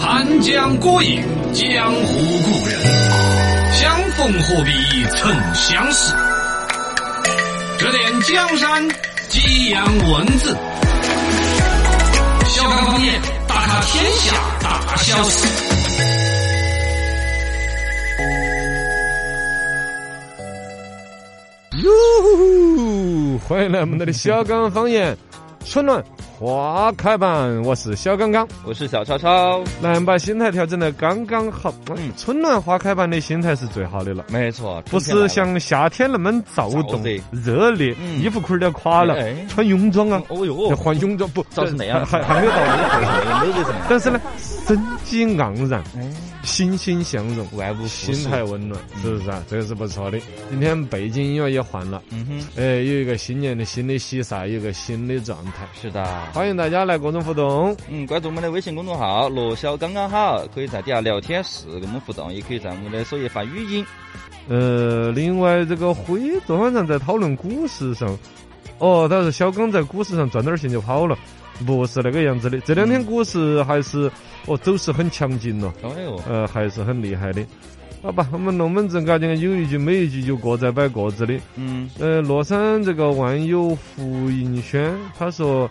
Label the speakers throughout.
Speaker 1: 谈江孤影，江湖故人，相逢何必曾相识。指点江山，激扬文字，笑看方言，大咖天下大小事。
Speaker 2: 哟呼！欢迎来我们的小刚方言，春暖花开版，我是小刚刚，
Speaker 3: 我是小超超，
Speaker 2: 来我们把心态调整的刚刚好。嗯，春暖花开版的心态是最好的了，
Speaker 3: 没错，
Speaker 2: 不
Speaker 3: 春天来
Speaker 2: 是
Speaker 3: 了
Speaker 2: 像夏天那么躁动
Speaker 3: 燥热、
Speaker 2: 热烈，
Speaker 3: 嗯
Speaker 2: 衣服裤儿都要垮了
Speaker 3: 哎，
Speaker 2: 穿泳装啊，
Speaker 3: 哦
Speaker 2: 要
Speaker 3: 哟，
Speaker 2: 换泳装不？
Speaker 3: 造成那样，，
Speaker 2: 还还还没有到那个
Speaker 3: 没得什么，
Speaker 2: 但是呢，生机盎然，
Speaker 3: 哎，
Speaker 2: 欣欣向荣。
Speaker 3: 万物复苏
Speaker 2: 心态，温暖，是不是啊？这个是不错的。今天背景音乐也换了，
Speaker 3: 嗯哼，
Speaker 2: 哎，有一个新年的新的喜煞，有一个新的状态。
Speaker 3: 是的，
Speaker 2: 欢迎大家来各种互动。
Speaker 3: 嗯，关注我们的微信公众号“罗小刚刚好”，可以在底下聊天室跟我们互动，也可以在我们的首页发语音，
Speaker 2: 呃，另外这个辉昨晚上在讨论股市上，哦，他说小刚在股市上赚点钱就跑了，不是那个样子的。这两天股市还是哦走势很强劲了，
Speaker 3: 哎呦，
Speaker 2: 呃，还是很厉害的。好吧，我们龙门阵嘎讲有一句没一句就各在摆各自的。
Speaker 3: 嗯，
Speaker 2: 呃，乐山这个万有胡银轩他说。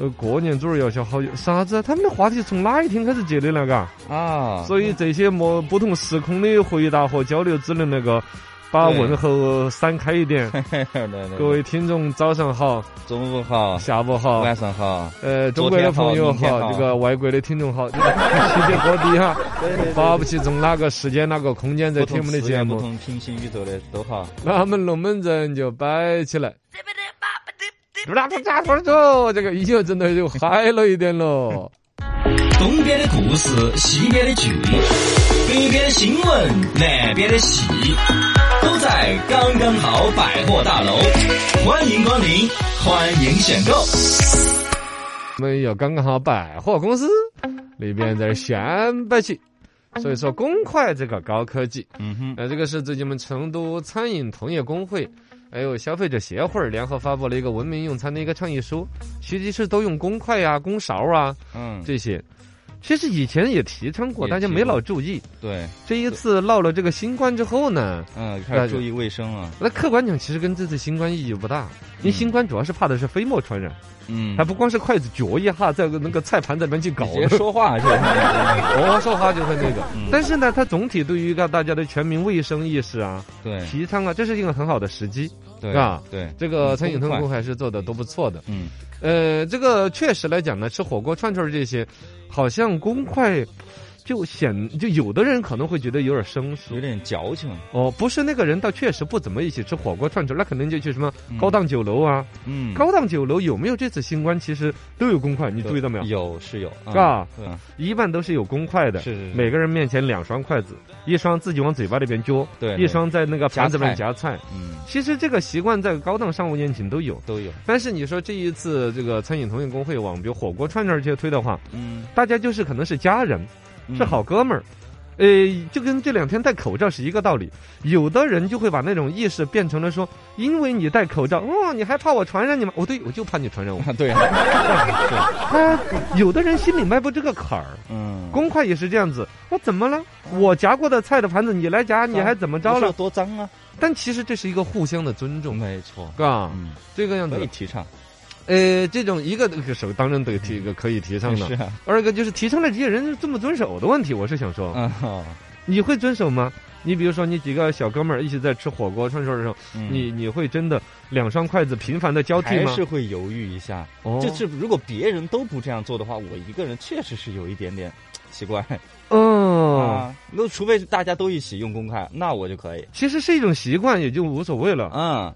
Speaker 2: 呃，过年主儿要小好友，啥子？他们的话题从哪一天开始接的那个啊？
Speaker 3: 啊，
Speaker 2: 所
Speaker 3: 以
Speaker 2: 以这些莫不同时空的回答和交流，只能那个把
Speaker 3: 对
Speaker 2: 问候散开一点。各
Speaker 3: 各
Speaker 2: 位听众，早上好，
Speaker 3: 中午好，
Speaker 2: 下午好，
Speaker 3: 晚上好，
Speaker 2: 呃，中
Speaker 3: 昨
Speaker 2: 国的
Speaker 3: 天好
Speaker 2: 朋友
Speaker 3: 明天好
Speaker 2: 好，这个外国的听众好，这个世界各地哈，保不齐从哪个时间、哪个空间在
Speaker 3: 不
Speaker 2: 听
Speaker 3: 同
Speaker 2: 我们的
Speaker 3: 次
Speaker 2: 节
Speaker 3: 元不
Speaker 2: 目，
Speaker 3: 同平行宇宙的都好，
Speaker 2: 那我们龙门阵就摆起来。这个一下真的就嗨了一点喽。
Speaker 1: 东边的故事，西边的剧，北边的新闻，南边的戏，都在刚刚好百货大楼。欢迎光临，欢迎选购。
Speaker 2: 我们要刚刚好百货公司那边在宣摆起，所以说公筷这个高科技，
Speaker 3: 嗯哼，
Speaker 2: 呃，这个是最近我们成都餐饮同业工会。还有消费者协会联合发布了一个文明用餐的一个倡议书，其实是都用公筷呀、公勺啊
Speaker 3: 嗯，
Speaker 2: 这些。其实以前也提倡过，
Speaker 3: 也
Speaker 2: 大家
Speaker 3: 提
Speaker 2: 没
Speaker 3: 过
Speaker 2: 老注意。
Speaker 3: 对，
Speaker 2: 这一次闹了这个新冠之后呢，
Speaker 3: 嗯，开始注意卫生啊，
Speaker 2: 那客观讲，其实跟这次新冠意义不大，因为
Speaker 3: 嗯
Speaker 2: 新冠主要是怕的是飞沫传染，
Speaker 3: 嗯
Speaker 2: 还，不光是筷子嚼一下，在那个菜盘子里面去搞
Speaker 3: 你直接说话就是，
Speaker 2: 我哦说话就会那个
Speaker 3: 嗯，
Speaker 2: 但是呢，它总体对于一个大家的全民卫生意识啊、
Speaker 3: 对
Speaker 2: 提倡啊，这是一个很好的时机。
Speaker 3: 对
Speaker 2: 啊
Speaker 3: 对，
Speaker 2: 这个餐饮
Speaker 3: 嗯
Speaker 2: 通
Speaker 3: 公
Speaker 2: 工
Speaker 3: 筷
Speaker 2: 还是做的都不错的。
Speaker 3: 嗯，
Speaker 2: 呃，这个确实来讲呢，吃火锅、串串这些，好像公筷就显就有的人可能会觉得有点生
Speaker 3: 有
Speaker 2: 疏
Speaker 3: 点矫情，
Speaker 2: 哦。不是那个人倒确实不怎么一起吃火锅串串，那可能就去什么高档酒楼啊。
Speaker 3: 嗯，
Speaker 2: 高档酒楼有没有这次新冠其实都有公筷，你注意到没有？
Speaker 3: 有是有，
Speaker 2: 是吧
Speaker 3: 嗯？嗯，
Speaker 2: 一般都是有公筷的。
Speaker 3: 是是是，
Speaker 2: 每个人面前两双筷子，一双自己往嘴巴里边揪，
Speaker 3: 对
Speaker 2: 一
Speaker 3: 对
Speaker 2: 双在那个盘子里面夹
Speaker 3: 夹
Speaker 2: 菜。
Speaker 3: 嗯
Speaker 2: 其实这个习惯在高档商务宴请都有，
Speaker 3: 都有，
Speaker 2: 但是你说这一次这个餐饮同业工会往比如火锅串串这些推的话，
Speaker 3: 嗯，
Speaker 2: 大家就是可能是家人，是
Speaker 3: 嗯
Speaker 2: 好，哥们儿。呃，就跟这两天戴口罩是一个道理，有的人就会把那种意识变成了说，因为你戴口罩，哦，你还怕我传染你吗？哦，对，我就怕你传染 我。
Speaker 3: 对，啊
Speaker 2: 他有的人心里迈不这个坎儿，
Speaker 3: 嗯，
Speaker 2: 公筷也是这样子，我怎么了？我夹过的菜的盘子你来夹，你还怎么着
Speaker 3: 不是有啊
Speaker 2: 了？
Speaker 3: 多脏啊，
Speaker 2: 但其实这是一个互相的尊重，
Speaker 3: 没错，
Speaker 2: 啊，
Speaker 3: 嗯，
Speaker 2: 这个样
Speaker 3: 可
Speaker 2: 子。
Speaker 3: 以提倡，
Speaker 2: 呃，这种一个手当然得提一个可以提倡
Speaker 3: 是
Speaker 2: 的，
Speaker 3: 啊，
Speaker 2: 二个就是提倡了这些人遵不遵守的问题。我是想说，
Speaker 3: 嗯好
Speaker 2: 你会遵守吗？你比如说，你几个小哥们儿一起在吃火锅串串的时候，
Speaker 3: 嗯
Speaker 2: 你你会真的两双筷子频繁的交替
Speaker 3: 还
Speaker 2: 吗
Speaker 3: 是？会犹豫一下，
Speaker 2: 哦
Speaker 3: 就是如果别人都不这样做的话，我一个人确实是有一点点奇怪
Speaker 2: 哦，
Speaker 3: 啊，那除非是大家都一起用公筷，那我就可以，
Speaker 2: 其实是一种习惯，也就无所谓了。
Speaker 3: 嗯，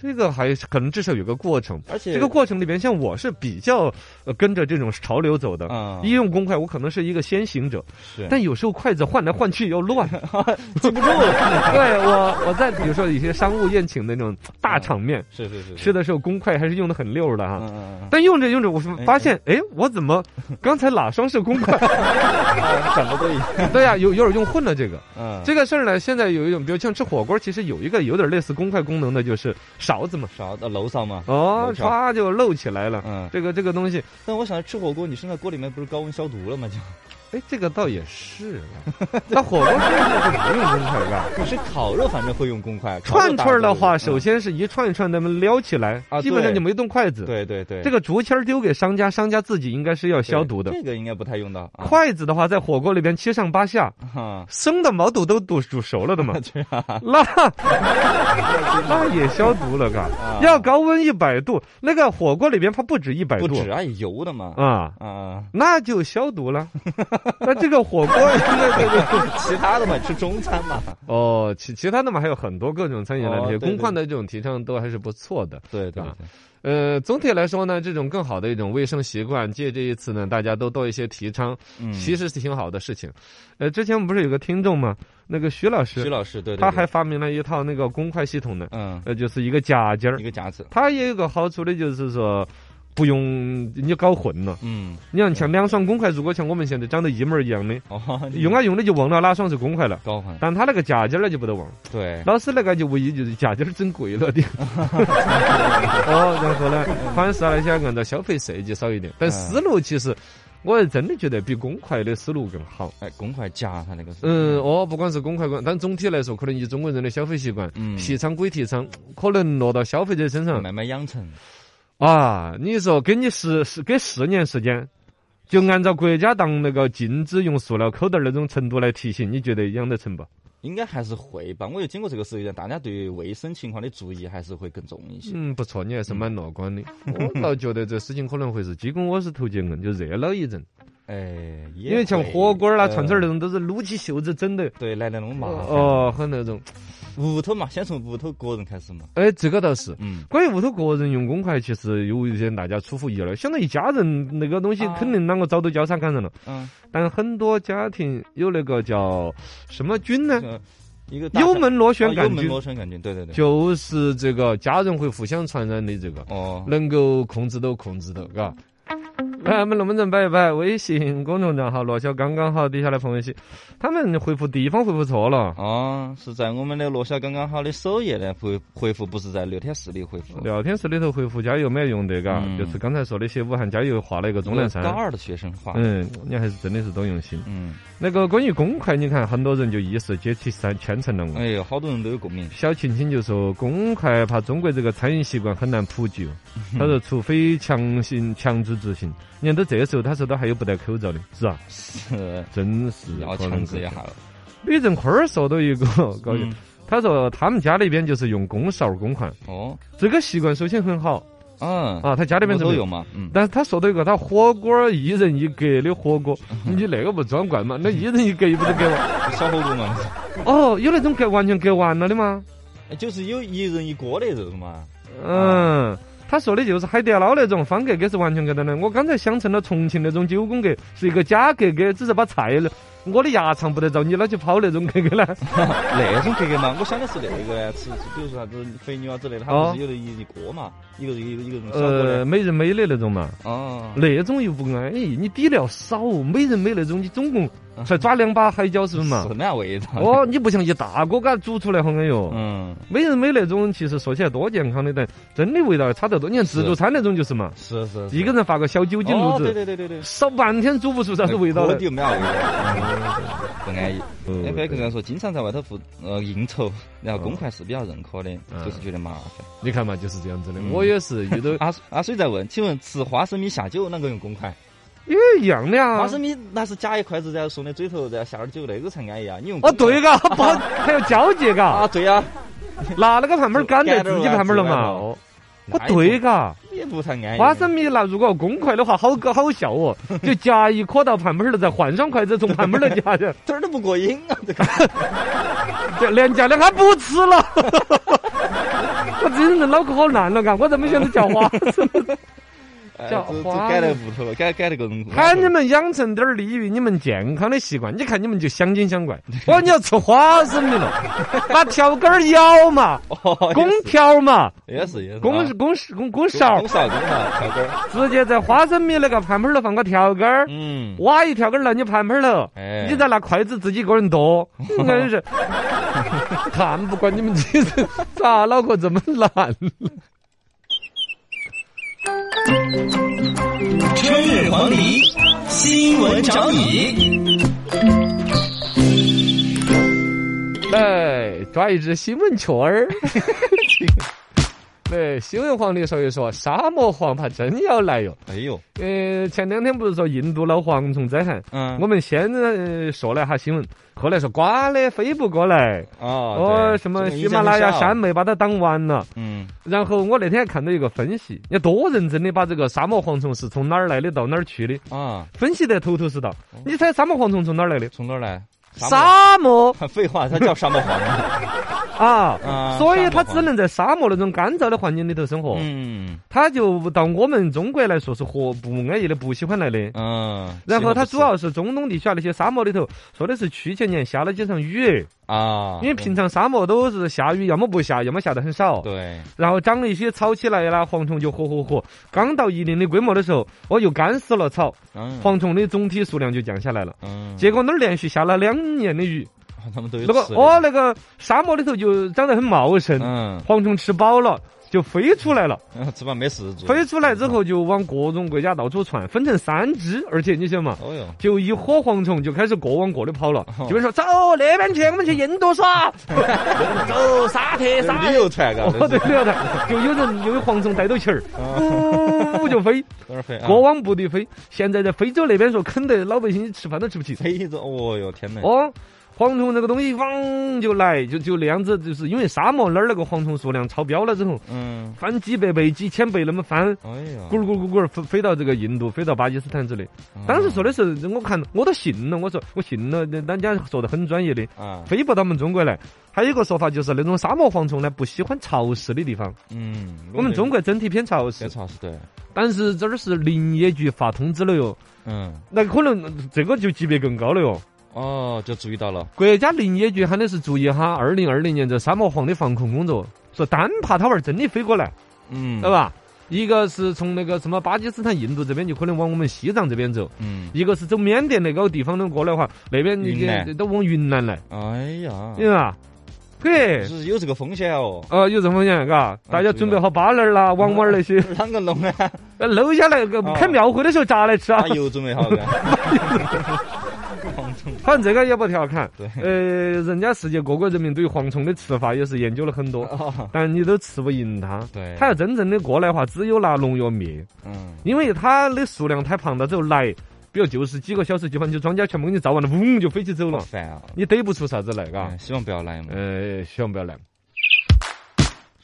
Speaker 2: 这个还是可能至少有个过程。
Speaker 3: 而且
Speaker 2: 这个过程里边，像我是比较呃跟着这种潮流走的。
Speaker 3: 嗯
Speaker 2: 医用公筷，我可能是一个先行者，
Speaker 3: 是
Speaker 2: 但有时候筷子换来换去又乱。
Speaker 3: 记不住了，
Speaker 2: 对我，我在比如说有些商务宴请的那种大场面，
Speaker 3: 是是是
Speaker 2: 吃，的时候公筷还是用的很溜的
Speaker 3: 嗯
Speaker 2: 哈。
Speaker 3: 嗯 嗯
Speaker 2: 但用着用着，我是
Speaker 3: 哎
Speaker 2: 发现，哎，我怎么刚才哪双是公筷？
Speaker 3: 嗯，长得都一样，
Speaker 2: 对呀、有有点用混了这个。
Speaker 3: 嗯，
Speaker 2: 这个事儿呢，现在有一种，比如像吃火锅，其实有一个有点类似公筷功能的，就是勺子嘛，
Speaker 3: 勺呃的楼上嘛，
Speaker 2: 哦，
Speaker 3: 没错
Speaker 2: 歘就露起来了。
Speaker 3: 嗯，
Speaker 2: 这个这个东西，
Speaker 3: 但我想吃火锅，你是在锅里面不是高温消毒了吗？就
Speaker 2: 哎，这个倒也是，啊 那火锅应该是不用公筷吧？
Speaker 3: 可是烤肉反正会用公筷，烤肉
Speaker 2: 串串儿的
Speaker 3: 打
Speaker 2: 话，
Speaker 3: 不了
Speaker 2: 首先是一串一串的撩起来
Speaker 3: 啊，
Speaker 2: 基本上
Speaker 3: 对
Speaker 2: 就没动筷子。
Speaker 3: 嗯，对对对，
Speaker 2: 这
Speaker 3: 个
Speaker 2: 个竹签儿丢给商家，商家自己应该是要消毒的。
Speaker 3: 这个应该不太用到。啊
Speaker 2: 筷子的话，在火锅里边七上八下，
Speaker 3: 哈，，
Speaker 2: 生的毛肚都煮煮熟了的嘛
Speaker 3: 这样啊
Speaker 2: 那 那也消毒了，嘎。
Speaker 3: 啊
Speaker 2: 要高温一百度，那个火锅里边它不止一百
Speaker 3: 不
Speaker 2: 度
Speaker 3: 止啊，油的嘛。
Speaker 2: 啊，
Speaker 3: 啊，
Speaker 2: 那就消毒 了。那这个火锅应该这个
Speaker 3: 其他的嘛，吃中餐嘛。
Speaker 2: 哦，其其他的嘛还有很多各种餐饮
Speaker 3: 哦
Speaker 2: 类
Speaker 3: 对
Speaker 2: 品，
Speaker 3: 对
Speaker 2: 公筷的这种提倡都还是不错的。
Speaker 3: 对对
Speaker 2: 啊
Speaker 3: 对，
Speaker 2: 呃，总体来说呢，这种更好的一种卫生习惯，借这一次呢，大家都多一些提倡，
Speaker 3: 嗯，
Speaker 2: 其实是挺好的事情。呃，之前我们不是有个听众吗？那个徐老师，
Speaker 3: 徐老师对，对
Speaker 2: 他
Speaker 3: 对
Speaker 2: 还发明了一套那个公筷系统呢，
Speaker 3: 嗯
Speaker 2: 呃，就是一个夹尖儿
Speaker 3: 一。个夹子，
Speaker 2: 它也有个好处的，就是说。不用你搞混了，
Speaker 3: 嗯，
Speaker 2: 你看像两双公筷，如果像我们现在长得一模一样的，
Speaker 3: 哦，
Speaker 2: 用啊用的就忘了哪双是公筷了，
Speaker 3: 高环，
Speaker 2: 但它那个夹尖儿呢就不得忘。
Speaker 3: 对，
Speaker 2: 老师那个就唯一就是价钱整贵了点， 哦，然后呢，凡事那些按照消费设计少一点，但
Speaker 3: 嗯
Speaker 2: 思路其实。我还真的觉得比公筷的思路更好。
Speaker 3: 哎，公筷夹它那个是，
Speaker 2: 嗯，哦，不管是公筷公，但总体来说，可能以中国人的消费习惯，
Speaker 3: 嗯
Speaker 2: 提倡归提倡，可能落到消费者身上
Speaker 3: 慢慢养成，
Speaker 2: 啊。你说给你十十给四年时间，就按照国家当那个禁止用塑料口袋儿那种程度来提醒，你觉得养得成不？
Speaker 3: 应该还是会吧。我觉得经过这个事件，大家对于卫生情况的注意还是会更重一些。
Speaker 2: 嗯，不错，你还是蛮乐观 的。我倒觉得这事情可能会是鸡公窝是头节硬，就热闹一阵。
Speaker 3: 哎，呃
Speaker 2: 因为像火锅儿啦、串串儿那
Speaker 3: 的，
Speaker 2: 种，都是撸起袖子整的，
Speaker 3: 对，来那种麻烦。
Speaker 2: 哦，很那种。
Speaker 3: 屋头嘛，先从屋头个人开始嘛。
Speaker 2: 哎，这个倒是。
Speaker 3: 嗯，
Speaker 2: 关于屋头个人用公筷，其实有一些大家出乎意料的，相当于家人那个东西
Speaker 3: 啊
Speaker 2: 肯定啷个早都交叉感染了。
Speaker 3: 嗯，
Speaker 2: 但很多家庭有那个叫什么菌呢？
Speaker 3: 呃一个大
Speaker 2: 幽门螺旋
Speaker 3: 哦
Speaker 2: 杆
Speaker 3: 幽门
Speaker 2: 菌，
Speaker 3: 螺旋杆菌，对对对。
Speaker 2: 就是这个家人会互相传染的这个。
Speaker 3: 哦，
Speaker 2: 能够控制到控制到，嘎。来，我们龙门阵摆一摆，微信公众账号“罗小刚刚好”底下的朋友些，他们回复地方回复错了。
Speaker 3: 哦，是在我们的罗小刚刚好的首页呢回回复，不是在聊天室里回复。
Speaker 2: 聊天室里头回复加油没用的，嘎，
Speaker 3: 嗯
Speaker 2: 就是刚才说的些武汉加油画了一个钟南山
Speaker 3: 高。啊二的学生话。
Speaker 2: 嗯，你还是真的是多用心。
Speaker 3: 嗯，
Speaker 2: 那个关于公筷，你看很多人就一时接起三牵成了我。
Speaker 3: 哎呦，好多人都有共鸣。
Speaker 2: 小晴晴就说：“公筷怕中国这个餐饮习惯很难普及哦。”
Speaker 3: 嗯
Speaker 2: 他说：“除非强行强制执行，你看到这时候，他说他还有不戴口罩的，是吧？
Speaker 3: 是
Speaker 2: 真是
Speaker 3: 要
Speaker 2: 可能
Speaker 3: 强制
Speaker 2: 是
Speaker 3: 一下了。
Speaker 2: 吕正坤儿说到一 个高兴
Speaker 3: 嗯，
Speaker 2: 他说他们家那边就是用公勺儿公筷，
Speaker 3: 哦，
Speaker 2: 这个习惯首先很好
Speaker 3: 嗯，
Speaker 2: 啊，他家里面
Speaker 3: 我
Speaker 2: 是
Speaker 3: 都
Speaker 2: 没
Speaker 3: 有。嘛。嗯，
Speaker 2: 但是他说到一个，他火锅儿一人一格的火锅，
Speaker 3: 嗯
Speaker 2: 你那个不装惯嘛？那一人一格不是格 完？
Speaker 3: 小火锅嘛，哎
Speaker 2: 哦，有那种格完全格完了的吗？
Speaker 3: 就是有一人一锅的这种嘛。啊
Speaker 2: 嗯。他说的就是海底捞那种方格格是完全格的呢。我刚才想成了重庆那种九宫格，是一个假格格，只是把菜了，我的牙长不得着，你拿去泡那种格格 呢？
Speaker 3: 那种格格嘛，我想的是那个吃，比如说啥子肥牛啊之类的，它
Speaker 2: 哦
Speaker 3: 不是有的一人一锅嘛，一个人一个一个人小锅
Speaker 2: 呃，嗯
Speaker 3: 的。
Speaker 2: 美人美的那种嘛。
Speaker 3: 哦，
Speaker 2: 那种又不安逸，你底料少，每人每那种，你总共才抓两把海椒，是不是嘛
Speaker 3: 啊嗯是？那味道。
Speaker 2: 哦，，你不像一大锅给它煮出来好安逸哦。
Speaker 3: 嗯，
Speaker 2: 每人每那种，其实说起来多健康的，但真的味道差得多。你看自助餐那种就是嘛，
Speaker 3: 是是
Speaker 2: 一个人发个小酒精炉
Speaker 3: 哦，对
Speaker 2: 子，
Speaker 3: 对对对对，哎
Speaker 2: 烧半天煮不出啥子味道嗯
Speaker 3: 锅
Speaker 2: 来
Speaker 3: 底。又没啥味道，不安逸。
Speaker 2: 嗯
Speaker 3: 哎，不要跟人说，经常在外头付呃应酬，然后公筷是比较认可的，就是觉得麻烦。
Speaker 2: 嗯你看嘛，就是这样子的。
Speaker 3: 嗯
Speaker 2: 我也是遇到
Speaker 3: 阿阿水在问，请问吃花生米下酒啷个用公筷？
Speaker 2: 也一样的啊
Speaker 3: 花。生米那是夹一筷子，然后送你嘴头，然后下点酒，那个才安逸啊！你用
Speaker 2: 哦，
Speaker 3: 公筷
Speaker 2: 对 嘎，不好，还要交接嘎
Speaker 3: 啊，，对呀，
Speaker 2: 拿那个盘盘儿擀的，
Speaker 3: 擀着
Speaker 2: 自己盘盘儿了嘛。
Speaker 3: 玩
Speaker 2: 哦，哦
Speaker 3: 那也
Speaker 2: 对嘎。
Speaker 3: 也不太安逸。
Speaker 2: 花生米拿如果要公筷的话，好搞好笑 哦，就夹一颗到盘盘儿了，再换上筷子从盘盘儿了夹 着，
Speaker 3: 一点儿都不过瘾啊！这个
Speaker 2: 这连夹的还不吃了。 我真是脑壳好烂了，嘎！我怎么想着叫花生？
Speaker 3: 哎
Speaker 2: 叫
Speaker 3: 这这
Speaker 2: 花
Speaker 3: 改来屋头了，改改那个人。
Speaker 2: 喊 你们养成点儿利于你们健康的习惯，你看你们就相亲相 怪。我说你要吃花生米了，把条根儿咬 嘛，
Speaker 3: 哦，
Speaker 2: 公条嘛，
Speaker 3: 也是也是啊，
Speaker 2: 公公公公勺
Speaker 3: 公，勺公勺小根儿，
Speaker 2: 直接在花生米那个盘盘儿头放个条根儿，
Speaker 3: 嗯，
Speaker 2: 挖一条根儿来你盘盘儿头。
Speaker 3: 哎，
Speaker 2: 你再拿筷子自己一个人 剁，真是看不惯你们这是咋脑壳这么烂？
Speaker 1: 春日黄鹂新闻找你，
Speaker 2: 来哎抓一只新闻雀儿。来，新闻黄历说一说，沙漠蝗还真要来哟。
Speaker 3: 哎呦，
Speaker 2: 呃，前两天不是说印度闹蝗虫灾害，
Speaker 3: 嗯，
Speaker 2: 我们先呃说了一下新闻，后来说瓜的飞不过来，
Speaker 3: 哦
Speaker 2: 哦，
Speaker 3: 对
Speaker 2: 什么
Speaker 3: 这个
Speaker 2: 喜
Speaker 3: 影
Speaker 2: 马
Speaker 3: 响
Speaker 2: 拉雅
Speaker 3: 很小
Speaker 2: 山，没把它挡完了。
Speaker 3: 嗯，
Speaker 2: 然后我那天还看到一个分析，你看多认真的把这个沙漠蝗虫是从哪儿来的，到哪儿去的，
Speaker 3: 啊，
Speaker 2: 分析得头头是道。
Speaker 3: 哦
Speaker 2: 你猜沙漠蝗虫从哪儿来的？
Speaker 3: 从哪儿来？漠？
Speaker 2: 沙漠
Speaker 3: 废话，它叫沙漠黄 啊。
Speaker 2: 啊，
Speaker 3: 啊
Speaker 2: 所以
Speaker 3: 沙漠
Speaker 2: 它
Speaker 3: 蝗
Speaker 2: 只能在沙漠那种干燥的环境里头生活。
Speaker 3: 嗯
Speaker 2: 它就到我们中国来说是活不安逸的，不喜欢来的。
Speaker 3: 嗯。
Speaker 2: 然后它
Speaker 3: 喜
Speaker 2: 主
Speaker 3: 欢
Speaker 2: 要是中东地区啊那些沙漠里头，说的是去前年下了几场雨，
Speaker 3: 不吃啊，
Speaker 2: 因为平常沙漠都是下雨，要么不下，要么下得很少。
Speaker 3: 对
Speaker 2: 然后长了一些草起来啦，蝗虫就火火火。刚到一定的规模的时候，哦，又干死了草，
Speaker 3: 嗯
Speaker 2: 蝗虫的总体数量就降下来了。
Speaker 3: 嗯，
Speaker 2: 结果那儿连续下了两年的雨，
Speaker 3: 他们都有
Speaker 2: 那个
Speaker 3: 吃的
Speaker 2: 哦，那个沙漠里头就长得很茂盛，
Speaker 3: 嗯，
Speaker 2: 蝗虫吃饱了就飞出来了，
Speaker 3: 嗯吃饭没事做。
Speaker 2: 飞出来之后就往各种国家到处窜，分成三支，而且你想嘛，
Speaker 3: 哦哟，
Speaker 2: 就一伙蝗虫就开始各往各的跑了，
Speaker 3: 哦
Speaker 2: 就比如说走那边去，我们去印度 耍，走沙特
Speaker 3: 这
Speaker 2: 沙
Speaker 3: 是
Speaker 2: 特
Speaker 3: 旅。游团嘎，
Speaker 2: 哦，
Speaker 3: 这
Speaker 2: 对
Speaker 3: 是
Speaker 2: 对对，就有人有蝗虫带到气儿，呜就飞，
Speaker 3: 在那儿飞啊，
Speaker 2: 各往不地飞。现在在非洲那边说啃得老百姓吃饭都吃不起。
Speaker 3: 非洲，哦哟天哪，
Speaker 2: 哦，蝗虫这个东西汪就来，就就那样子，就是因为沙漠那儿那个蝗虫数量超标了之后，
Speaker 3: 嗯，
Speaker 2: 翻几百倍、几千倍那么翻。
Speaker 3: 哎呀，
Speaker 2: 滚儿滚儿滚儿滚儿飞飞到这个印度，飞到巴基斯坦之类。
Speaker 3: 嗯
Speaker 2: 当时说的是，我看我都信了，我说我信了，人人家说的很专业的，
Speaker 3: 啊，
Speaker 2: 飞不到我们中国来。还有一个说法就是，那种沙漠蝗虫呢不喜欢潮湿的地方，
Speaker 3: 嗯，
Speaker 2: 我们中
Speaker 3: 国
Speaker 2: 国整体偏潮湿
Speaker 3: 也。潮湿对，
Speaker 2: 但是这儿是林业局发通知了哟，
Speaker 3: 嗯，
Speaker 2: 那可能这个就级别更高了哟。
Speaker 3: 哦，就注意到了，
Speaker 2: 国家林业局喊的是注意哈，二零二零年这沙漠蝗的防控工作，说单怕它娃儿真的飞过来，
Speaker 3: 嗯，
Speaker 2: 对？吧？一个是从那个什么巴基斯坦、印度这边就可能往我们西藏这边走，
Speaker 3: 嗯，
Speaker 2: 一个是走缅甸那个地方的过来的话，那边
Speaker 3: 云南
Speaker 2: 你都往云南啊来，
Speaker 3: 哎呀
Speaker 2: 对，吧？嘿，
Speaker 3: 就是有这个风险哦，
Speaker 2: 呃，有这方面，嘎，大家准备好巴篮儿啦、 网网儿那些，
Speaker 3: 啷个弄 啊？
Speaker 2: 呃搂下来，个
Speaker 3: 哦
Speaker 2: 开庙会的时候炸来吃啊
Speaker 3: 把。油准备好了，
Speaker 2: 反正这个也不调侃，
Speaker 3: 对
Speaker 2: 呃，人家世界各国人民对蝗虫的吃法也是研究了很多，
Speaker 3: 哦
Speaker 2: 但你都吃不赢它。
Speaker 3: 对，
Speaker 2: 它要真正的过来的话，只有拿农药灭，
Speaker 3: 嗯，
Speaker 2: 因为它的数量太庞大，之后来，比如就是几个小时就把你庄稼全部给你造完了，嗡就飞起走
Speaker 3: 好
Speaker 2: 了，
Speaker 3: 烦啊，
Speaker 2: 你逮不出啥子来，嘎
Speaker 3: 嗯。希望不要来嘛。
Speaker 2: 呃，希望不要来。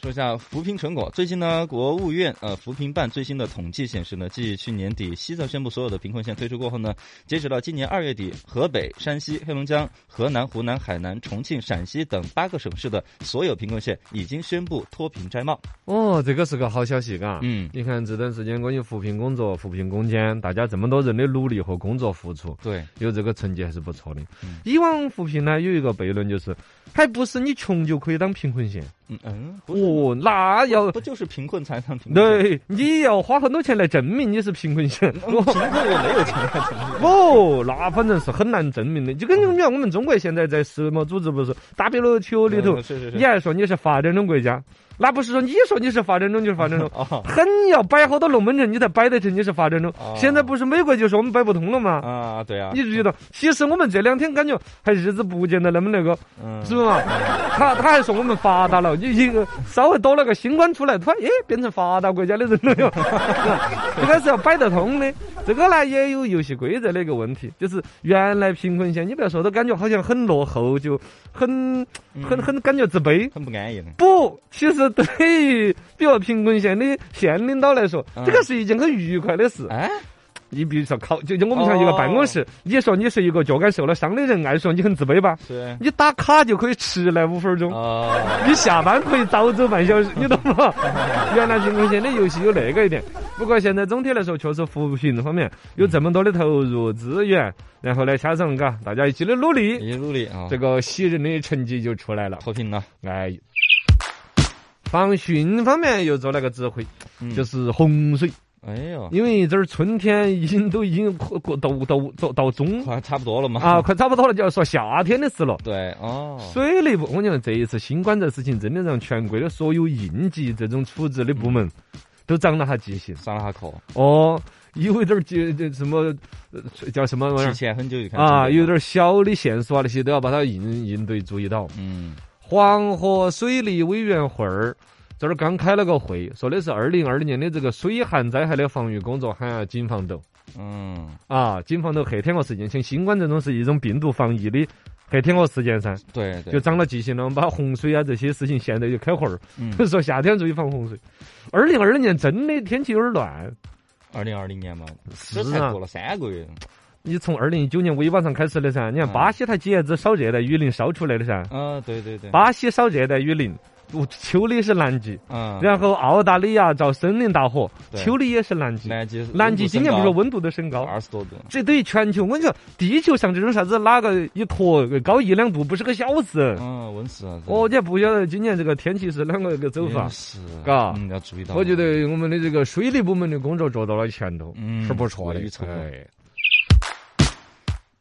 Speaker 3: 说一下扶贫成果，最近呢，国务院呃扶贫办最新的统计显示呢，继去年底西藏宣布所有的贫困县退出过后呢，截止到今年二月底，河北、山西、黑龙江、河南、湖南、海南、重庆、陕西等八个省市的所有贫困县已经宣布脱贫摘帽。
Speaker 2: 哦，这个是个好消息，嘎。
Speaker 3: 嗯，
Speaker 2: 你看这段时间关于扶贫工作、扶贫攻坚，大家这么多人的努力和工作付出，
Speaker 3: 对，
Speaker 2: 有这个成绩还是不错的
Speaker 3: 嗯。
Speaker 2: 以往扶贫呢有一个悖论就是，还不是你穷就可以当贫困县
Speaker 3: 嗯嗯，不是，
Speaker 2: 哦，那要
Speaker 3: 不就是贫困才能贫困县？
Speaker 2: 对你要花很多钱来证明你是贫困县。
Speaker 3: 嗯 贫困我没有钱啊，怎么
Speaker 2: 哦，那反正是很难证明的。就跟你们讲，我们中国现在在世贸组织不是打比罗球里头
Speaker 3: 嗯，是是是。
Speaker 2: 你还说你是发展中国家，那不是说你说你是发展中就是发展中
Speaker 3: 哦
Speaker 2: 很要摆好多龙门阵，你才摆得成你是发展中
Speaker 3: 哦。
Speaker 2: 现在不是美国就说我们摆不通了吗？
Speaker 3: 啊，对啊，
Speaker 2: 你注意到，其实我们这两天感觉还日子不见得那么那个，
Speaker 3: 嗯
Speaker 2: 是不嘛？他他还说我们发达了，你一个稍微多了个新冠出来，突然哎变成发达国家的人了哟， 这个是要摆得通的。这个呢也有游戏规则的一个问题，就是原来贫困县，你不要说都感觉好像很落后，就很很很感觉自卑。
Speaker 3: 很不安逸的。
Speaker 2: 不，其实对于比如贫困县的县领导来说，这个是一件很愉快的事。
Speaker 3: 哎，
Speaker 2: 你比如说考，就就我们像一
Speaker 3: 哦
Speaker 2: 个办公室，你说你是一个脚杆受了伤的人，按说你很自卑吧？
Speaker 3: 是
Speaker 2: 你打卡就可以迟来五分钟，
Speaker 3: 哦，
Speaker 2: 你下班可以早走半小时，你懂 吗？原来贫困县的游戏有那个一点，不过现在总体来说，确实扶贫方面
Speaker 3: 嗯
Speaker 2: 有这么多的投入资源，然后呢，加上嘎大家一起的努力，
Speaker 3: 一努力啊，
Speaker 2: 这个喜人的成绩就出来了。
Speaker 3: 脱贫了，
Speaker 2: 哎，防汛方面又做了个指挥，
Speaker 3: 嗯
Speaker 2: 就是洪水，
Speaker 3: 哎呦，
Speaker 2: 因为这儿春天已经都已经过过到到到到中
Speaker 3: 快差不多了嘛。
Speaker 2: 啊，快差不多了，就要说夏天的事了。
Speaker 3: 对哦，
Speaker 2: 水利部，我跟你讲，这一次新冠这事情，真的让全国的
Speaker 3: 嗯
Speaker 2: 所有应急这种处置的部门都长了下记性。
Speaker 3: 上了下课，
Speaker 2: 哦，有一点儿就就什么呃叫什么玩意
Speaker 3: 提
Speaker 2: 儿
Speaker 3: 前很久就开始
Speaker 2: 啊，
Speaker 3: 准备
Speaker 2: 有
Speaker 3: 了
Speaker 2: 点儿小的线索啊那些都要把它应应对注意到。
Speaker 3: 嗯
Speaker 2: 黄河水利委员会儿这儿刚开了个会，说的是二零二零年的这个水旱灾害的防御工作喊警防斗
Speaker 3: 嗯，
Speaker 2: 啊，警防斗黑天鹅事件，像新冠这种是一种病毒防疫的黑天鹅事件噻，
Speaker 3: 对对，
Speaker 2: 就长了记性了，我们把洪水啊这些事情现在就开会儿，
Speaker 3: 嗯
Speaker 2: 说夏天注意防洪水。二零二零年真的天气有点乱，
Speaker 3: 二零二零年嘛，
Speaker 2: 是
Speaker 3: 这才
Speaker 2: 啊
Speaker 3: 过，了三个月，
Speaker 2: 你从二零一九年尾巴上开始的噻，你看
Speaker 3: 嗯
Speaker 2: 巴西它几爷子少热带雨林烧出来的噻，
Speaker 3: 嗯，对对对，
Speaker 2: 巴西烧热带雨林，我秋的是南极。
Speaker 3: 嗯，
Speaker 2: 然后澳大利亚遭森林大火，
Speaker 3: 对
Speaker 2: 秋的也是南极。
Speaker 3: 南极
Speaker 2: 南极今年不是
Speaker 3: 温
Speaker 2: 温度都升高，
Speaker 3: 二十多度，
Speaker 2: 这对于全球，我跟你说，地球上这种啥子哪个一坨高一两度不是个小事。
Speaker 3: 嗯，温室啊，
Speaker 2: 哦，你还不晓得今年这个天气是啷个一个走
Speaker 3: 真
Speaker 2: 法？
Speaker 3: 是，
Speaker 2: 嘎
Speaker 3: 嗯，要注意到，
Speaker 2: 我觉得我们的这个水利部门的工作做到了前头，
Speaker 3: 嗯
Speaker 2: 是不错的
Speaker 3: 未雨绸。缪
Speaker 2: 哎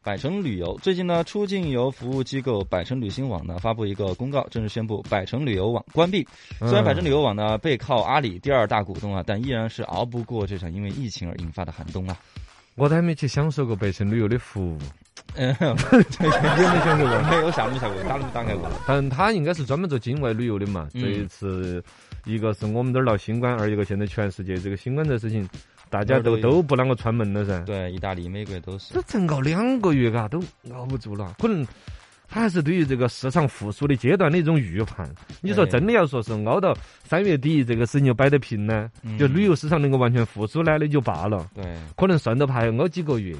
Speaker 3: 百城旅游最近呢，出境游服务机构百城旅行网呢发布一个公告，正式宣布百城旅游网关闭。
Speaker 2: 嗯
Speaker 3: 虽然百城旅游网呢背靠阿里第二大股东啊，但依然是熬不过这场因为疫情而引发的寒冬啊。
Speaker 2: 我都还没去享受过百城旅游的服务，
Speaker 3: 嗯，
Speaker 2: 你有没有享受过？
Speaker 3: 没有想不想过，大陆大概过。
Speaker 2: 但他应该是专门做境外旅游的嘛。
Speaker 3: 嗯
Speaker 2: 这一次，一个是我们这儿闹新冠，二一个现在全世界这个新冠这事情，大家都
Speaker 3: 都有
Speaker 2: 都不啷个串门了噻。
Speaker 3: 对，意大利、美国都是
Speaker 2: 这。整个两个月嘎，都熬不住了，可能。他还是对于这个市场复苏的阶段的一种预判。你说
Speaker 3: 哎
Speaker 2: 真的要说是熬到三月底这个事情就摆得平呢，
Speaker 3: 嗯
Speaker 2: 就旅游市场能够完全复苏呢，那就罢了。
Speaker 3: 对，
Speaker 2: 可能算到还要熬几个月，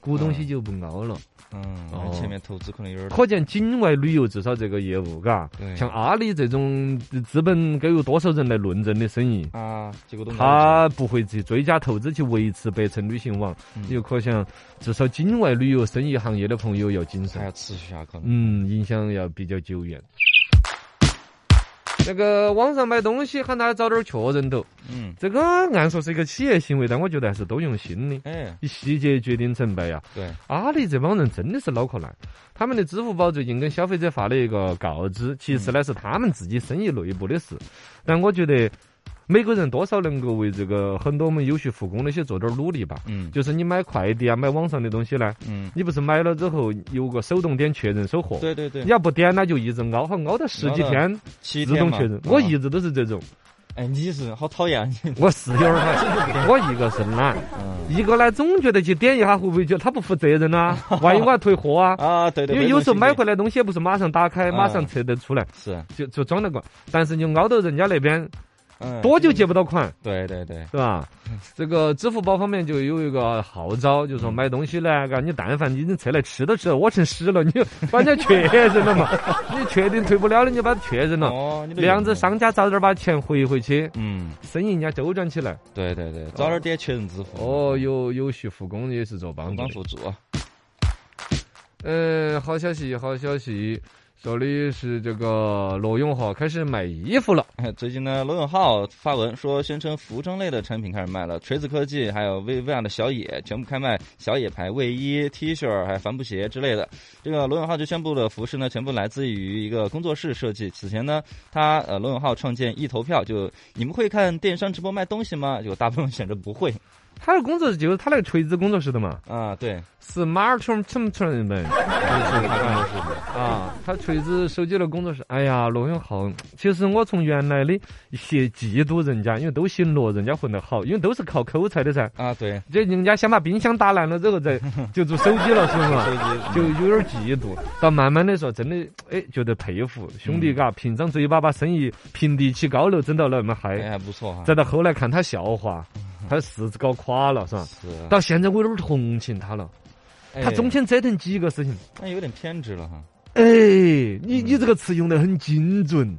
Speaker 2: 古东西就不熬了。
Speaker 3: 嗯，
Speaker 2: 哦
Speaker 3: 前面投资可能有点儿。
Speaker 2: 可见境外旅游至少这个业务，嘎
Speaker 3: 对，
Speaker 2: 像阿里这种资本该有多少人来论证的生意，
Speaker 3: 啊，结果都没有
Speaker 2: 他不会去追加投资去维持百城旅行网，
Speaker 3: 嗯
Speaker 2: 你就可想，至少境外旅游生意行业的朋友要谨
Speaker 3: 还
Speaker 2: 慎
Speaker 3: 要，持续啊，可能。
Speaker 2: 嗯，影响要比较久远。那个网上买东西喊他早点确认抖，
Speaker 3: 嗯，
Speaker 2: 这个按说是一个企业行为，但我觉得还是多用心的。
Speaker 3: 哎，
Speaker 2: 以细节决定成败呀、啊
Speaker 3: 对，
Speaker 2: 阿里这帮人真的是脑壳烂，他们的支付宝最近跟消费者发了一个告知，其实呢是他们自己生意内部的事，但我觉得每个人多少能够为这个很多我们有序复工那些做点儿努力吧。
Speaker 3: 嗯
Speaker 2: 就是你买快递啊，买网上的东西呢，
Speaker 3: 嗯，
Speaker 2: 你不是买了之后有个手动点确认收货？
Speaker 3: 对对对
Speaker 2: 你，要不点，那就一直熬，好熬到十几
Speaker 3: 熬到
Speaker 2: 天
Speaker 3: 七
Speaker 2: 自
Speaker 3: 天
Speaker 2: 动
Speaker 3: 嘛
Speaker 2: 确认。。
Speaker 3: 啊
Speaker 2: 我一直都是这种，
Speaker 3: 哎，你是好讨厌，你
Speaker 2: 我是有点儿 懒，我一个是懒，
Speaker 3: 嗯
Speaker 2: 一个呢总觉得去点一下会不会觉得他不负责任 啊？万一我要退货啊？
Speaker 3: 啊，对对，
Speaker 2: 因为有时候买
Speaker 3: 回
Speaker 2: 回来东西也不是马上打开，
Speaker 3: 嗯
Speaker 2: 马上测得出来，
Speaker 3: 是，
Speaker 2: 就就装那个。但是你熬到人家那边
Speaker 3: 嗯，
Speaker 2: 多久结啊不到款，
Speaker 3: 对对对，
Speaker 2: 是吧？这个支付宝方面就有一个号召，
Speaker 3: 嗯
Speaker 2: 就说买东西呢，嘎，你但凡你已经测来吃都吃了，我成屎了，你把人家确认了 嘛，你确定退不了了，你就把它确认了，
Speaker 3: 哦，你都
Speaker 2: 这样子
Speaker 3: 用过
Speaker 2: 商家早点把钱回回去，
Speaker 3: 嗯，
Speaker 2: 生意人家周转起来。
Speaker 3: 对对对，早点点确认支付。
Speaker 2: 哦，，有有序复工也是做帮
Speaker 3: 帮
Speaker 2: 助
Speaker 3: 帮
Speaker 2: 的。
Speaker 3: 辅助。
Speaker 2: 嗯，好消息，好消息，说的是这个罗永浩开始卖衣服了。
Speaker 3: 最近呢，罗永浩发文说，宣称服装类的产品开始卖了，锤子科技还有 VVR 的小野全部开卖小野牌卫衣、T 恤儿还有帆布鞋之类的。这个罗永浩就宣布了，服饰呢全部来自于一个工作室设计。此前呢，他呃罗永浩创建一投票，就你们会看电商直播卖东西吗？就大部分选择不会
Speaker 2: 他的工作室就是他那个锤子工作室的嘛，
Speaker 3: 啊，对，
Speaker 2: 是 Martin t i m t o n 们啊，他锤子手机的工作室。哎呀，罗永浩，其实我从原来的一些嫉妒人家，因为都姓罗，人家混得好，因为都是靠口才的噻。
Speaker 3: 啊对，
Speaker 2: 这人家先把冰箱打烂了之后再就做手机了，是不是嘛？ 就有点嫉妒，到慢慢的说，真的，哎，觉得佩服兄弟嘎，凭张嘴巴把生意平地起高楼，整到那么
Speaker 3: 哎
Speaker 2: 嗨。
Speaker 3: 还不错哈，
Speaker 2: 再到后来看他笑话，他是搞垮了，是吧？
Speaker 3: 是啊
Speaker 2: 到现在我有点同情他了，
Speaker 3: 哎
Speaker 2: 他中间折腾几个事情。
Speaker 3: 那哎有点偏执了哈，
Speaker 2: 哎，你你这个词用得很精 准，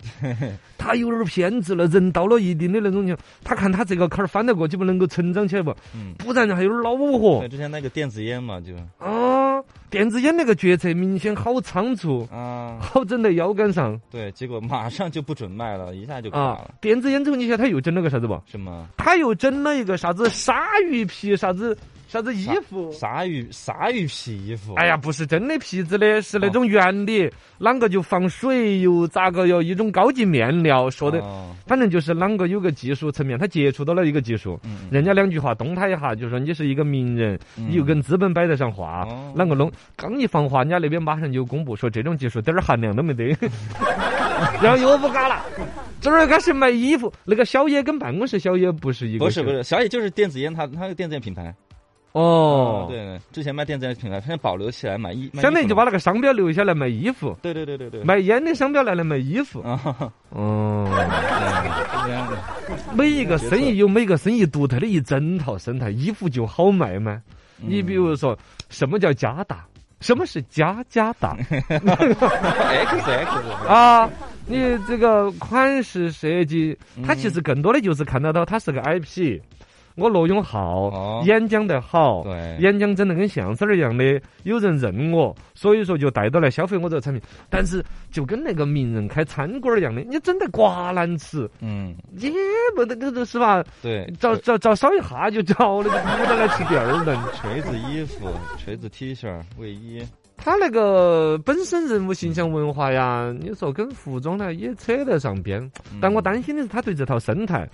Speaker 2: 他有点偏执了。人到了一定的那种情况，他看他这个坎儿翻得过去不，能够成长起来不，
Speaker 3: 嗯，
Speaker 2: 不然还有点恼火
Speaker 3: 对，之前那个电子烟嘛就
Speaker 2: 啊。电子烟那个决策明显好仓促，
Speaker 3: 啊。
Speaker 2: 好整在腰杆上
Speaker 3: 对，结果马上就不准卖了，一下就垮
Speaker 2: 啊
Speaker 3: 了，。
Speaker 2: 电子烟之后，你晓得他又整了个啥子不？
Speaker 3: 是吗？
Speaker 2: 他又整了一个啥子鲨鱼皮啥子啥子衣服？
Speaker 3: 鲨鱼鲨鱼皮啊衣服。
Speaker 2: 哎呀，，不是真的皮子的，是那种原
Speaker 3: 哦
Speaker 2: 理，啷个就放水，又咋个又一种高级面料，说的，
Speaker 3: 哦
Speaker 2: 反正就是啷个有个技术层面，他接触到了一个技术，
Speaker 3: 嗯
Speaker 2: 人家两句话动他一下，就说你是一个名人，
Speaker 3: 嗯
Speaker 2: 你又跟资本摆得上话
Speaker 3: 哦，
Speaker 2: 啷个弄？刚一放话，人家那边马上就公布说这种技术点儿含量都没 得，然后又不干了，这儿开始卖衣服，那个宵夜跟办公室宵夜不是一个，
Speaker 3: 不是不，是，小野就是电子烟，它它有电子烟品牌。
Speaker 2: 哦，
Speaker 3: 对对，之前卖电子烟品牌，现在保留起来买衣，卖衣
Speaker 2: 相当于
Speaker 3: 服
Speaker 2: 就
Speaker 3: 嘛
Speaker 2: 把那个商标留下来卖衣服。
Speaker 3: 对对对对对，
Speaker 2: 卖烟的商标来了卖衣服，
Speaker 3: 啊，哈哈
Speaker 2: 嗯，
Speaker 3: 是这样的，
Speaker 2: 每一个生意有每个生意独特的一整套生态，衣服就好卖吗？你比如说，什么叫加大？什么是加加大
Speaker 3: X X
Speaker 2: 啊？你这个款式设计，它其实更多的就是看得到它是个 IP，我罗永
Speaker 3: 哦
Speaker 2: 浩演讲得好，
Speaker 3: 对
Speaker 2: 演讲整得跟相声儿一样的，有人认我，所以说就带到来消费我这个产品。但是就跟那个名人开餐馆儿一样的，你整得瓜难吃，
Speaker 3: 嗯，
Speaker 2: 也不得这个是吧？
Speaker 3: 哎对，
Speaker 2: 找找找烧一下就找了，就不得来吃第二顿。
Speaker 3: 锤子衣服、锤子 T 恤、卫衣，
Speaker 2: 他那个本身人物形象文化呀，你说跟服装呢也扯得上边，
Speaker 3: 嗯
Speaker 2: 但我担心的是他对这套生态，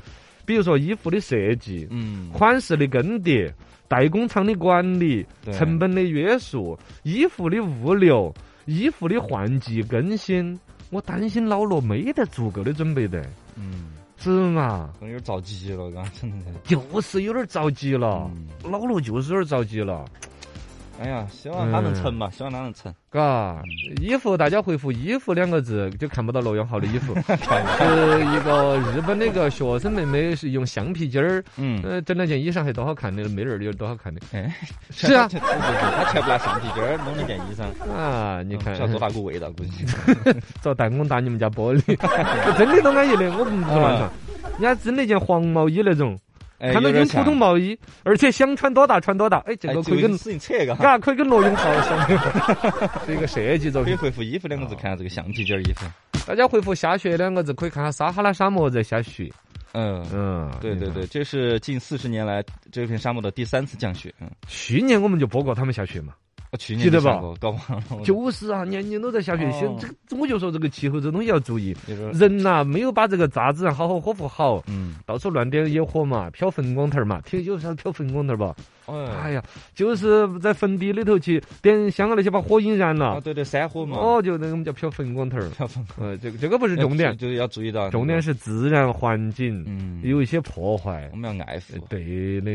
Speaker 2: 比如说衣服的设计、
Speaker 3: 嗯，
Speaker 2: 款式的更迭、代工厂的管理、
Speaker 3: 对
Speaker 2: 成本的约束、衣服的物流、衣服的换季更新，我担心老罗没得足够的准备的，
Speaker 3: 嗯，
Speaker 2: 是嘛？
Speaker 3: 可能有点着急了，刚刚真的是。
Speaker 2: 就是有点着急了，
Speaker 3: 嗯
Speaker 2: 老罗就是有点着急了。
Speaker 3: 哎呀，希望他
Speaker 2: 嗯
Speaker 3: 能撑吧，希望他能撑。嗯
Speaker 2: 嘎，衣服大家回复“衣服”两个字就看不到罗永浩的衣 服，是一个日本的一个学生妹妹是用橡皮筋儿，
Speaker 3: 嗯，
Speaker 2: 呃，整了件衣裳还多好看的，没人儿有多好看的
Speaker 3: 哎，
Speaker 2: 是啊
Speaker 3: 是是是，他全部拿橡皮筋儿弄了件衣裳，
Speaker 2: 啊！你看
Speaker 3: 嗯不，晓得多大股味道，估 计。
Speaker 2: 遭弹弓打你们家玻璃， 真的都安逸的，我不是乱说，人家真的一件黄毛衣那种，
Speaker 3: 啊哎，
Speaker 2: 看到
Speaker 3: 有
Speaker 2: 跟
Speaker 3: 点
Speaker 2: 普
Speaker 3: 像
Speaker 2: 通毛衣，而且想穿多大穿多大，哎，这
Speaker 3: 哎
Speaker 2: 个
Speaker 3: 就
Speaker 2: 可以跟
Speaker 3: 有，事情扯嘎。
Speaker 2: 嘎，可以跟罗永浩相， 是一个设计作
Speaker 3: 可以
Speaker 2: 品。
Speaker 3: 回复衣服两
Speaker 2: 啊
Speaker 3: 个字，看下这个橡皮筋儿衣服。
Speaker 2: 大家回复“下雪”两个字，可以看下撒哈拉沙漠在下雪。
Speaker 3: 嗯，
Speaker 2: 嗯，
Speaker 3: 对对
Speaker 2: 你看
Speaker 3: 对，这是近四十年来这片沙漠的第三次降雪。嗯，
Speaker 2: 去年我们就播过他们下雪嘛，
Speaker 3: 我去年
Speaker 2: 记得
Speaker 3: 就上
Speaker 2: 吧
Speaker 3: 过？搞忘了。我
Speaker 2: 就是啊，年年都在下雪。现
Speaker 3: 哦呃
Speaker 2: 这个我就说这个气候这东西要注意，
Speaker 3: 就是
Speaker 2: 人呐、没有把这个渣子好好呵护好，
Speaker 3: 嗯，
Speaker 2: 到处乱点野火嘛，飘粉光头儿嘛，听有啥飘粉光头儿吧？
Speaker 3: 哎
Speaker 2: 哎呀，就是在坟地里头去点香啊那些，把火引燃
Speaker 3: 啊，
Speaker 2: 了。
Speaker 3: 对对，山火嘛。
Speaker 2: 哦，就那个我们叫飘粉光头儿。
Speaker 3: 要放，
Speaker 2: 呃，这个这个不是嗯
Speaker 3: 要
Speaker 2: 重点，
Speaker 3: 就是要注意到，
Speaker 2: 重点，是自然环境
Speaker 3: 嗯，
Speaker 2: 有一些破坏呃嗯
Speaker 3: 我。们要爱护。
Speaker 2: 对的。